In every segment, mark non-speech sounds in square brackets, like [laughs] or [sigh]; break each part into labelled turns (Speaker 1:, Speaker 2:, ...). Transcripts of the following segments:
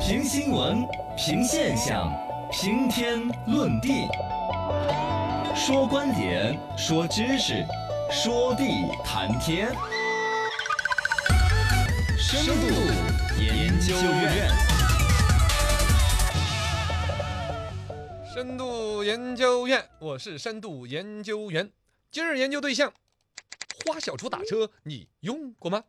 Speaker 1: 评新闻，评现象，评天论地，说观点，说知识，说地谈天。深度研究院，
Speaker 2: 深度研究院，我是深度研究员。今日研究对象：花小猪打车，你用过吗？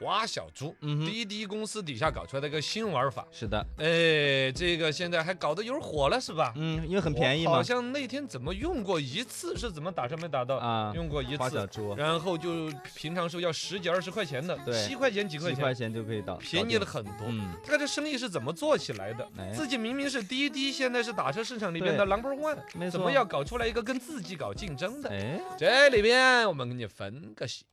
Speaker 2: 花小猪，
Speaker 1: 嗯哼
Speaker 2: 滴滴公司底下搞出来的一个新玩法，
Speaker 1: 是的，
Speaker 2: 哎，这个现在还搞得有点火了，是吧？
Speaker 1: 嗯，因为很便宜
Speaker 2: 我
Speaker 1: 嘛
Speaker 2: 好，像那天怎么用过一次，是怎么打车没打到
Speaker 1: 啊
Speaker 2: 用过一
Speaker 1: 花小
Speaker 2: 次，
Speaker 1: 猪
Speaker 2: 然后就平常是要十几二十块钱的，
Speaker 1: 对
Speaker 2: 七块钱几块
Speaker 1: 几
Speaker 2: 钱
Speaker 1: 块，钱就可以到，
Speaker 2: 便宜了很多。
Speaker 1: 嗯，
Speaker 2: 他这生意是怎么做起来的
Speaker 1: 哎？
Speaker 2: 自己明明是滴滴，现在是打车市场里边的 number one，
Speaker 1: 没错
Speaker 2: 怎么要搞出来一个跟自己搞竞争的？
Speaker 1: 哎，
Speaker 2: 这里边我们给你分个析。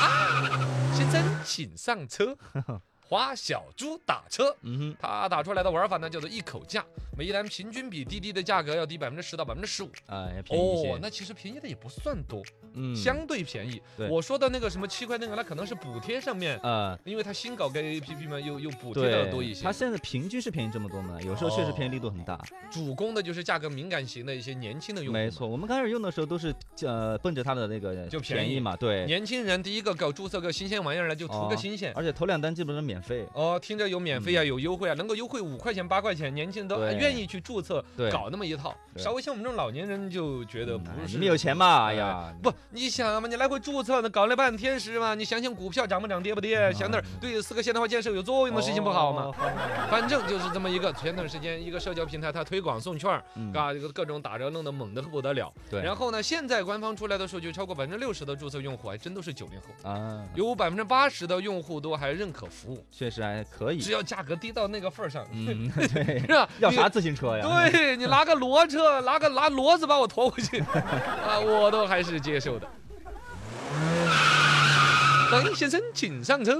Speaker 2: 啊，先生，请上车。
Speaker 1: [laughs]
Speaker 2: 花小猪打车，
Speaker 1: 嗯
Speaker 2: 他打出来的玩法呢，叫做一口价，每单平均比滴滴的价格要低百分之十到百分之十五。
Speaker 1: 哼，啊，也便宜一些，
Speaker 2: 哦，那其实便宜的也不算多，
Speaker 1: 嗯，
Speaker 2: 相对便宜
Speaker 1: 对。
Speaker 2: 我说的那个什么七块那个，那可能是补贴上面
Speaker 1: 呃，
Speaker 2: 因为它新搞个 A P P 嘛，又又补贴的
Speaker 1: 对，
Speaker 2: 多一些
Speaker 1: 它。现在平均是便宜这么多呢，有时候确实
Speaker 2: 哦
Speaker 1: 便宜力度很大。
Speaker 2: 主攻的就是价格敏感型的一些年轻的用户，
Speaker 1: 没。错，我们刚开始用的时候都是呃奔着它的那个
Speaker 2: 就便
Speaker 1: 便宜
Speaker 2: 宜
Speaker 1: 嘛，对，
Speaker 2: 年轻人第一个搞注册个新鲜玩意儿来，就图
Speaker 1: 哦
Speaker 2: 个新鲜。
Speaker 1: 而且头两单基本上免费，
Speaker 2: 哦，听着有免费啊，有优惠啊，能够优惠五块钱、八块钱，年轻人都
Speaker 1: 对
Speaker 2: 愿意去注册
Speaker 1: 对，
Speaker 2: 搞那么一套。
Speaker 1: 对
Speaker 2: 稍微像我们这种老年人就觉得
Speaker 1: 嗯哎
Speaker 2: 不
Speaker 1: 你
Speaker 2: 是
Speaker 1: 们有钱嘛？哎
Speaker 2: 哎
Speaker 1: 呀，
Speaker 2: 不，你想嘛，你来回注册呢，搞了半天是吧？你想想股票涨不涨，跌不
Speaker 1: 嗯
Speaker 2: 跌，想点儿对四个现代化建设有作用的事情不好吗？
Speaker 1: 吗？
Speaker 2: 反正就是这么一个。前段时间一个社交平台它推广送券儿，
Speaker 1: 嗯
Speaker 2: 啊，这个各种打折弄得猛的不得了。
Speaker 1: 对，
Speaker 2: 然后呢，现在官方出来的数据，超过百分之六十的注册用户还真都是九零后，
Speaker 1: 啊，
Speaker 2: 有百分之八十的用户都还认可服务，
Speaker 1: 确实还可以
Speaker 2: 只，要价格低到那个份儿上，
Speaker 1: 嗯，对
Speaker 2: [laughs] 是，吧？
Speaker 1: 要
Speaker 2: 你
Speaker 1: 啥？自行 [laughs] 车呀？，
Speaker 2: 对你拿个骡车， [laughs] 拿个拿骡子把我驮
Speaker 1: [laughs]
Speaker 2: 回去，啊，我都还是接受的。等先生，请上车。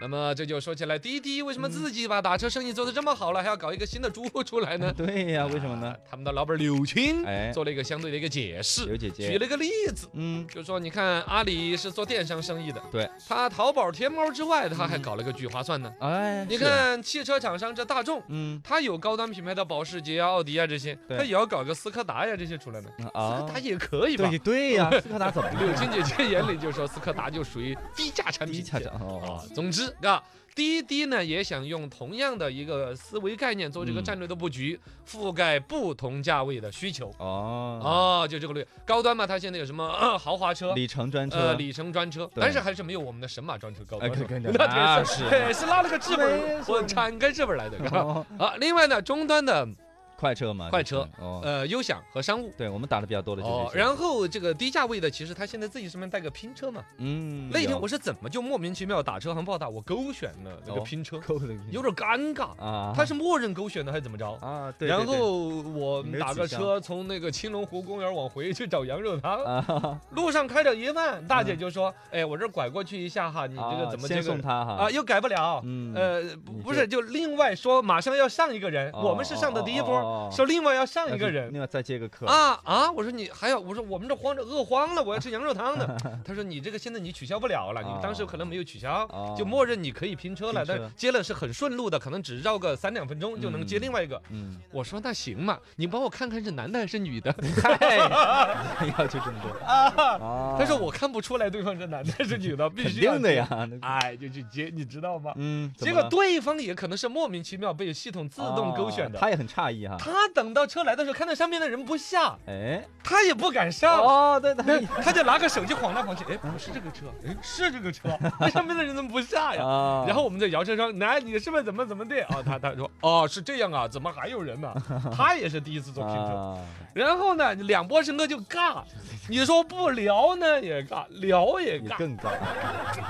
Speaker 2: 那么这就说起来，滴滴为什么自己把打车生意做得这么好了，还要搞一个新的猪出
Speaker 1: [laughs]
Speaker 2: 来呢？
Speaker 1: 对呀，为什么呢
Speaker 2: 啊？？他们的老板柳青
Speaker 1: 哎
Speaker 2: 做了一个相对的一个解
Speaker 1: 刘
Speaker 2: 释，
Speaker 1: 姐
Speaker 2: 举
Speaker 1: 姐，
Speaker 2: 了一个例子，
Speaker 1: 嗯，
Speaker 2: 就说你看阿里是做电商生意的，
Speaker 1: 对，
Speaker 2: 他淘宝、天猫之外，他还搞了个聚划算呢。
Speaker 1: 哎，
Speaker 2: 你
Speaker 1: 是，
Speaker 2: 看汽车厂商这大众。
Speaker 1: 嗯，
Speaker 2: 它有高端品牌的保时捷啊、奥迪啊这些，
Speaker 1: 对
Speaker 2: 它也要搞个斯柯达呀这些出来呢。斯
Speaker 1: 啊
Speaker 2: 柯达，也可以吧？
Speaker 1: 对对呀，斯柯达怎么啊
Speaker 2: 柳青姐姐眼里就说斯柯达就属于低价产
Speaker 1: 低
Speaker 2: 品
Speaker 1: 价涨？
Speaker 2: 啊
Speaker 1: 哦，。
Speaker 2: 总之啊，滴滴呢也想用同样的一个思维概念做这个
Speaker 1: 嗯
Speaker 2: 战略的布局，覆盖不同价位的需求。
Speaker 1: 哦，
Speaker 2: 哦，就这个路，高端嘛，它现在有什么、呃豪华车、
Speaker 1: 里程专
Speaker 2: 呃
Speaker 1: 车，
Speaker 2: 里程专车，
Speaker 1: 对
Speaker 2: 但是还是没有我们的神马专车高
Speaker 1: 哎，
Speaker 2: 端。
Speaker 1: 跟跟着，
Speaker 2: 那
Speaker 1: 那
Speaker 2: 真 [laughs] 是，嘿哎是拉了个翅
Speaker 1: 没
Speaker 2: 膀，
Speaker 1: 错
Speaker 2: 我铲开翅膀来的。
Speaker 1: 哦
Speaker 2: 啊，另外呢，终端的
Speaker 1: 快车嘛，
Speaker 2: 快
Speaker 1: 就是
Speaker 2: 车
Speaker 1: 哦，
Speaker 2: 呃优享和商务。
Speaker 1: 对我们打的比较多的就是
Speaker 2: 哦，
Speaker 1: 这些，
Speaker 2: 然后这个低价位的，其实它现在自己身边带个拼车嘛。
Speaker 1: 嗯，
Speaker 2: 那天
Speaker 1: 有
Speaker 2: 我是怎么就莫名其妙打车行报打，我勾选了那个
Speaker 1: 哦
Speaker 2: 拼车，
Speaker 1: 扣的
Speaker 2: 有点尴尬。
Speaker 1: 啊，
Speaker 2: 他是默认勾选的还是怎么着？
Speaker 1: 啊，对，
Speaker 2: 然
Speaker 1: 对对
Speaker 2: 后我
Speaker 1: 没有
Speaker 2: 打个
Speaker 1: 挤
Speaker 2: 车从那个青龙湖公园往回去找羊肉汤，
Speaker 1: 啊哈哈，
Speaker 2: 路上开到一半，大姐就说：“哎，我这儿拐过去一下哈，你这
Speaker 1: 啊
Speaker 2: 个怎么
Speaker 1: 先
Speaker 2: 这
Speaker 1: 送
Speaker 2: 个
Speaker 1: 他哈
Speaker 2: 啊？又改不了。”
Speaker 1: 嗯，
Speaker 2: 呃，不
Speaker 1: 你
Speaker 2: 不
Speaker 1: 这
Speaker 2: 是，就另外说马上要上一个人，我们是上的第一
Speaker 1: 哦
Speaker 2: 波，，说另外要上一个人
Speaker 1: 另外再接个客，
Speaker 2: 啊啊！我说你还要，我说我们这慌着饿慌了，我要吃羊肉汤呢。
Speaker 1: [laughs]
Speaker 2: 他说你这个现在你取消不了了，你
Speaker 1: 哦
Speaker 2: 当时可能没有取消，
Speaker 1: 哦
Speaker 2: 就默认你可以拼车了，
Speaker 1: 拼车
Speaker 2: 但接了是很顺路的，可能只绕个三两分钟就能接
Speaker 1: 嗯
Speaker 2: 另外一个。
Speaker 1: 嗯，
Speaker 2: [laughs] 我说那行嘛，你帮我看看是男的还是女的
Speaker 1: 嗨，要求这么多
Speaker 2: [laughs] 啊？
Speaker 1: [laughs] 啊？
Speaker 2: 他说我看不出来对方是男的还是
Speaker 1: [laughs]
Speaker 2: 女的，必
Speaker 1: 肯
Speaker 2: 须要
Speaker 1: 定的
Speaker 2: 接。
Speaker 1: 呀，那
Speaker 2: 哎，就去接，你知道吗？
Speaker 1: 嗯，怎
Speaker 2: 结
Speaker 1: 么
Speaker 2: 果
Speaker 1: 了
Speaker 2: 对方也可能是莫名其妙被系统自动勾选的
Speaker 1: 啊。他也很诧异哈，
Speaker 2: 他等到车来的时候，看到上面的人不下，
Speaker 1: 哎，
Speaker 2: 他也不敢上。
Speaker 1: 哦，对
Speaker 2: 啊那
Speaker 1: 对。
Speaker 2: 他就拿个手机晃来晃去，哎，不是这个车，哎，是这个车， [laughs] 那上面的人怎么不下呀？
Speaker 1: 啊，
Speaker 2: 然后我们在摇车窗，来，你是不是怎么怎么地啊？他他说，哦，是这样啊，怎么还有人 [laughs] 呢？他也是第一次坐拼车。
Speaker 1: 啊，
Speaker 2: 然后呢，两波乘客就尬，你说不聊呢也尬，聊也
Speaker 1: 你
Speaker 2: 尬，
Speaker 1: 更高，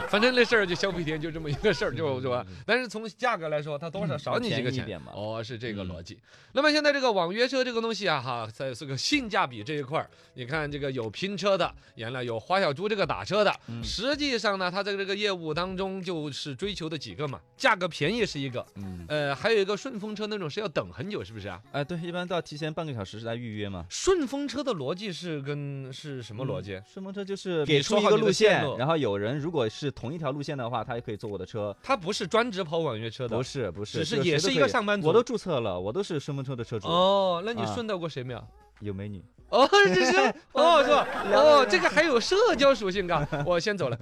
Speaker 2: 反正那事儿就消费天就这么一
Speaker 1: 嗯
Speaker 2: 个事儿，就是吧？但是从价格来说，它多少少你几个
Speaker 1: 便宜一
Speaker 2: 钱
Speaker 1: 点嘛
Speaker 2: 哦，是这个
Speaker 1: 嗯
Speaker 2: 逻辑。那么说现在这个网约车这个东西啊，哈，在这个性价比这一块儿，你看这个有拼车的，原来有花小猪这个打车的，
Speaker 1: 嗯
Speaker 2: 实际上呢，它在这个业务当中就是追求的几个嘛，价格便宜是一个，
Speaker 1: 嗯，
Speaker 2: 呃，还有一个顺风车那种是要等很久，是不是啊？
Speaker 1: 哎，对，一般都要提前半个小时是来预约嘛。
Speaker 2: 顺风车的逻辑是跟是什
Speaker 1: 什
Speaker 2: 么逻辑？
Speaker 1: 顺风车就是
Speaker 2: 给
Speaker 1: 你
Speaker 2: 出
Speaker 1: 说
Speaker 2: 一
Speaker 1: 好
Speaker 2: 个
Speaker 1: 你的
Speaker 2: 路线
Speaker 1: 线
Speaker 2: 路
Speaker 1: 然后有人如果是同一条路线的话，他也可以坐我的车。
Speaker 2: 它不是专职跑网约车的
Speaker 1: 不，是不是，
Speaker 2: 只
Speaker 1: 这
Speaker 2: 是
Speaker 1: 个谁
Speaker 2: 也是
Speaker 1: 都
Speaker 2: 一
Speaker 1: 可
Speaker 2: 个
Speaker 1: 以
Speaker 2: 上班族。
Speaker 1: 我都注册了，我都是顺风车的车主。
Speaker 2: 哦，那你
Speaker 1: 啊
Speaker 2: 顺道过谁没有？
Speaker 1: 有美女，
Speaker 2: 哦，这是
Speaker 1: [laughs]
Speaker 2: 哦，是吧？哦，这个还有社交属性啊！我先走了。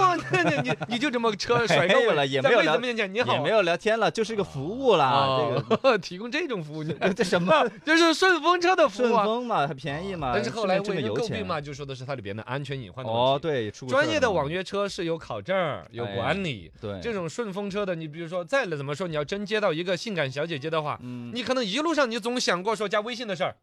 Speaker 2: 哇，那那你你就这么
Speaker 1: [laughs]
Speaker 2: 车甩
Speaker 1: 哎没
Speaker 2: 个
Speaker 1: 有
Speaker 2: 尾
Speaker 1: 了也
Speaker 2: 在
Speaker 1: 没有
Speaker 2: 妹子
Speaker 1: 了
Speaker 2: 面前你好，啊
Speaker 1: 也没有聊天了，就是一个服务啦。这
Speaker 2: 哦
Speaker 1: 个
Speaker 2: [laughs] 提供这种服务，你 [laughs]
Speaker 1: 这什么
Speaker 2: 就是顺风车的服
Speaker 1: 顺
Speaker 2: 务啊。
Speaker 1: 风嘛，它便宜嘛。
Speaker 2: 但是后来
Speaker 1: 这
Speaker 2: 为
Speaker 1: 么
Speaker 2: 人
Speaker 1: 油
Speaker 2: 诟
Speaker 1: 钱
Speaker 2: 病嘛，就说的是它里边的安全隐患的
Speaker 1: 哦，
Speaker 2: 问题。
Speaker 1: 对，出过
Speaker 2: 专
Speaker 1: 事儿
Speaker 2: 业的
Speaker 1: 嘛
Speaker 2: 网约车是有考证儿、有
Speaker 1: 哎
Speaker 2: 管理。
Speaker 1: 对
Speaker 2: 这种顺风车的，你比如说再怎么说，你要真接到一个性感小姐姐的话，
Speaker 1: 嗯，
Speaker 2: 你可能一路上你总想过说加微信的事
Speaker 1: [laughs]
Speaker 2: 儿，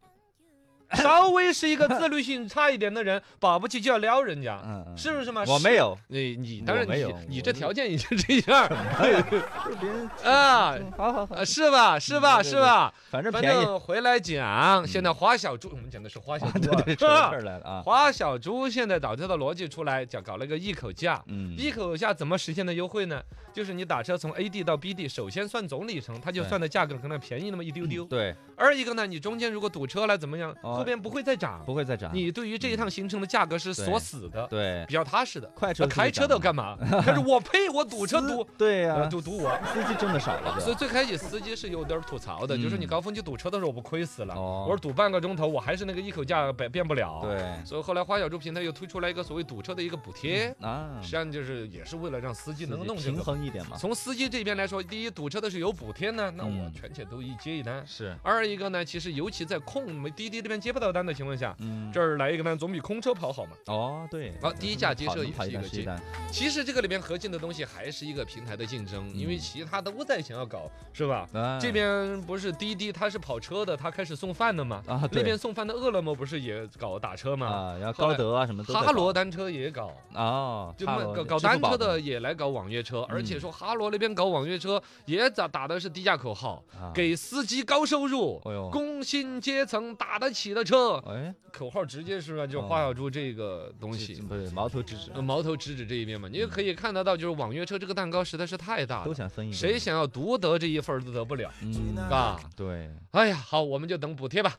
Speaker 2: 稍微是一个自律性差一点的人，保不齐就要撩人家，
Speaker 1: 嗯嗯
Speaker 2: 是不是嘛？
Speaker 1: 我没
Speaker 2: 有，
Speaker 1: 有，
Speaker 2: 你你当然
Speaker 1: 我没
Speaker 2: 你
Speaker 1: 有
Speaker 2: 你
Speaker 1: 我
Speaker 2: 这
Speaker 1: 是
Speaker 2: 条件已经这
Speaker 1: [laughs]
Speaker 2: 样儿
Speaker 1: 就别人
Speaker 2: 啊。
Speaker 1: 好好好
Speaker 2: 啊，，是吧？是
Speaker 1: 对
Speaker 2: 吧？
Speaker 1: 对
Speaker 2: 是吧？
Speaker 1: 反正
Speaker 2: 反 [laughs]
Speaker 1: 便宜，
Speaker 2: 正回来讲，现在花小猪，我们讲的是花小
Speaker 1: 啊
Speaker 2: 猪
Speaker 1: [laughs] 对
Speaker 2: 啊
Speaker 1: 对，
Speaker 2: 是
Speaker 1: 出事
Speaker 2: 吧
Speaker 1: 儿来了啊。
Speaker 2: [laughs] 花小猪现在导致的逻辑出来，讲搞了个一口价，
Speaker 1: 嗯，
Speaker 2: 一口价怎么实现的优惠呢？就是你打车从 A 地到 B 地，首先算总里程，它就
Speaker 1: 对
Speaker 2: 算的价格可能便宜那么一丢丢。
Speaker 1: 对，
Speaker 2: 二一个呢，你中间如果堵车了怎么样，
Speaker 1: 哦
Speaker 2: 后边不会再涨。
Speaker 1: 不会再涨。
Speaker 2: 你对于这一趟行程的价格是锁
Speaker 1: 对
Speaker 2: 死的，
Speaker 1: 对
Speaker 2: 比较踏实的。
Speaker 1: 快车
Speaker 2: 那
Speaker 1: 是
Speaker 2: 开
Speaker 1: 会
Speaker 2: 车
Speaker 1: 涨
Speaker 2: 的干嘛？ [laughs] 可是我呸，我堵车
Speaker 1: [laughs] 司啊
Speaker 2: 堵，
Speaker 1: 对
Speaker 2: 呃
Speaker 1: 呀，
Speaker 2: 堵堵我。
Speaker 1: 司机挣的少了
Speaker 2: 所以
Speaker 1: 就。
Speaker 2: 最开始司机是有点吐槽的，就说你
Speaker 1: 啊嗯
Speaker 2: 高峰期堵车的时候我亏死了，
Speaker 1: 哦
Speaker 2: 我说堵半个钟头我还是那个一口价变变不了。，
Speaker 1: 对
Speaker 2: 所以后来花小猪平台又推出来一个所谓堵车的一个补贴，
Speaker 1: 啊，
Speaker 2: 实际上就是也是为了让司机
Speaker 1: 自
Speaker 2: 能
Speaker 1: 己
Speaker 2: 弄这
Speaker 1: 平
Speaker 2: 个。
Speaker 1: 衡一点嘛。
Speaker 2: 从司机这边来说，第一堵车的是有补贴呢，那我
Speaker 1: 嗯
Speaker 2: 全且都一接一单。
Speaker 1: 是，
Speaker 2: 二一个呢，其实尤其在空没滴滴这边接不到单的情况下，
Speaker 1: 嗯，
Speaker 2: 这儿来一个单总比空车跑好嘛。
Speaker 1: 哦，对，
Speaker 2: 好低价接
Speaker 1: 好
Speaker 2: 车
Speaker 1: 能
Speaker 2: 也
Speaker 1: 跑
Speaker 2: 是
Speaker 1: 一
Speaker 2: 一
Speaker 1: 单
Speaker 2: 个
Speaker 1: 是一
Speaker 2: 接，
Speaker 1: 单，
Speaker 2: 其实这个里面核心的东西还是一个平台的竞争，因为
Speaker 1: 嗯
Speaker 2: 其他都在想要搞，是吧？
Speaker 1: 啊
Speaker 2: 这边不是滴滴，它是跑车的，它开始送饭的嘛。
Speaker 1: 啊，
Speaker 2: 那
Speaker 1: 对
Speaker 2: 边送饭的饿了么不是也搞打车嘛？
Speaker 1: 啊，然后
Speaker 2: 后
Speaker 1: 高
Speaker 2: 来
Speaker 1: 德啊什么都在
Speaker 2: 哈
Speaker 1: 搞
Speaker 2: 罗单车也搞。
Speaker 1: 哦，
Speaker 2: 就
Speaker 1: 哈
Speaker 2: 那
Speaker 1: 罗
Speaker 2: 搞
Speaker 1: 支
Speaker 2: 搞
Speaker 1: 付
Speaker 2: 单
Speaker 1: 宝嗯
Speaker 2: 车的也来搞网约车，而且说哈罗那边搞网约车也打打的是低价口号，
Speaker 1: 啊，
Speaker 2: 给司机高收入，
Speaker 1: 哎呦，
Speaker 2: 工薪阶层打得起的车，
Speaker 1: 哎，
Speaker 2: 口号直接是吧？就是花小猪这个东
Speaker 1: 啊这
Speaker 2: 西
Speaker 1: 这，不是矛头直指，
Speaker 2: 呃矛头直指这一边嘛。你也可以看得到，就是网约车这个蛋糕实在是太大
Speaker 1: 都
Speaker 2: 了，
Speaker 1: 想分一杯，
Speaker 2: 谁想要独得这一份儿都得不了，
Speaker 1: 嗯
Speaker 2: 啊！
Speaker 1: 对。
Speaker 2: 哎呀，好，我们就等补贴吧。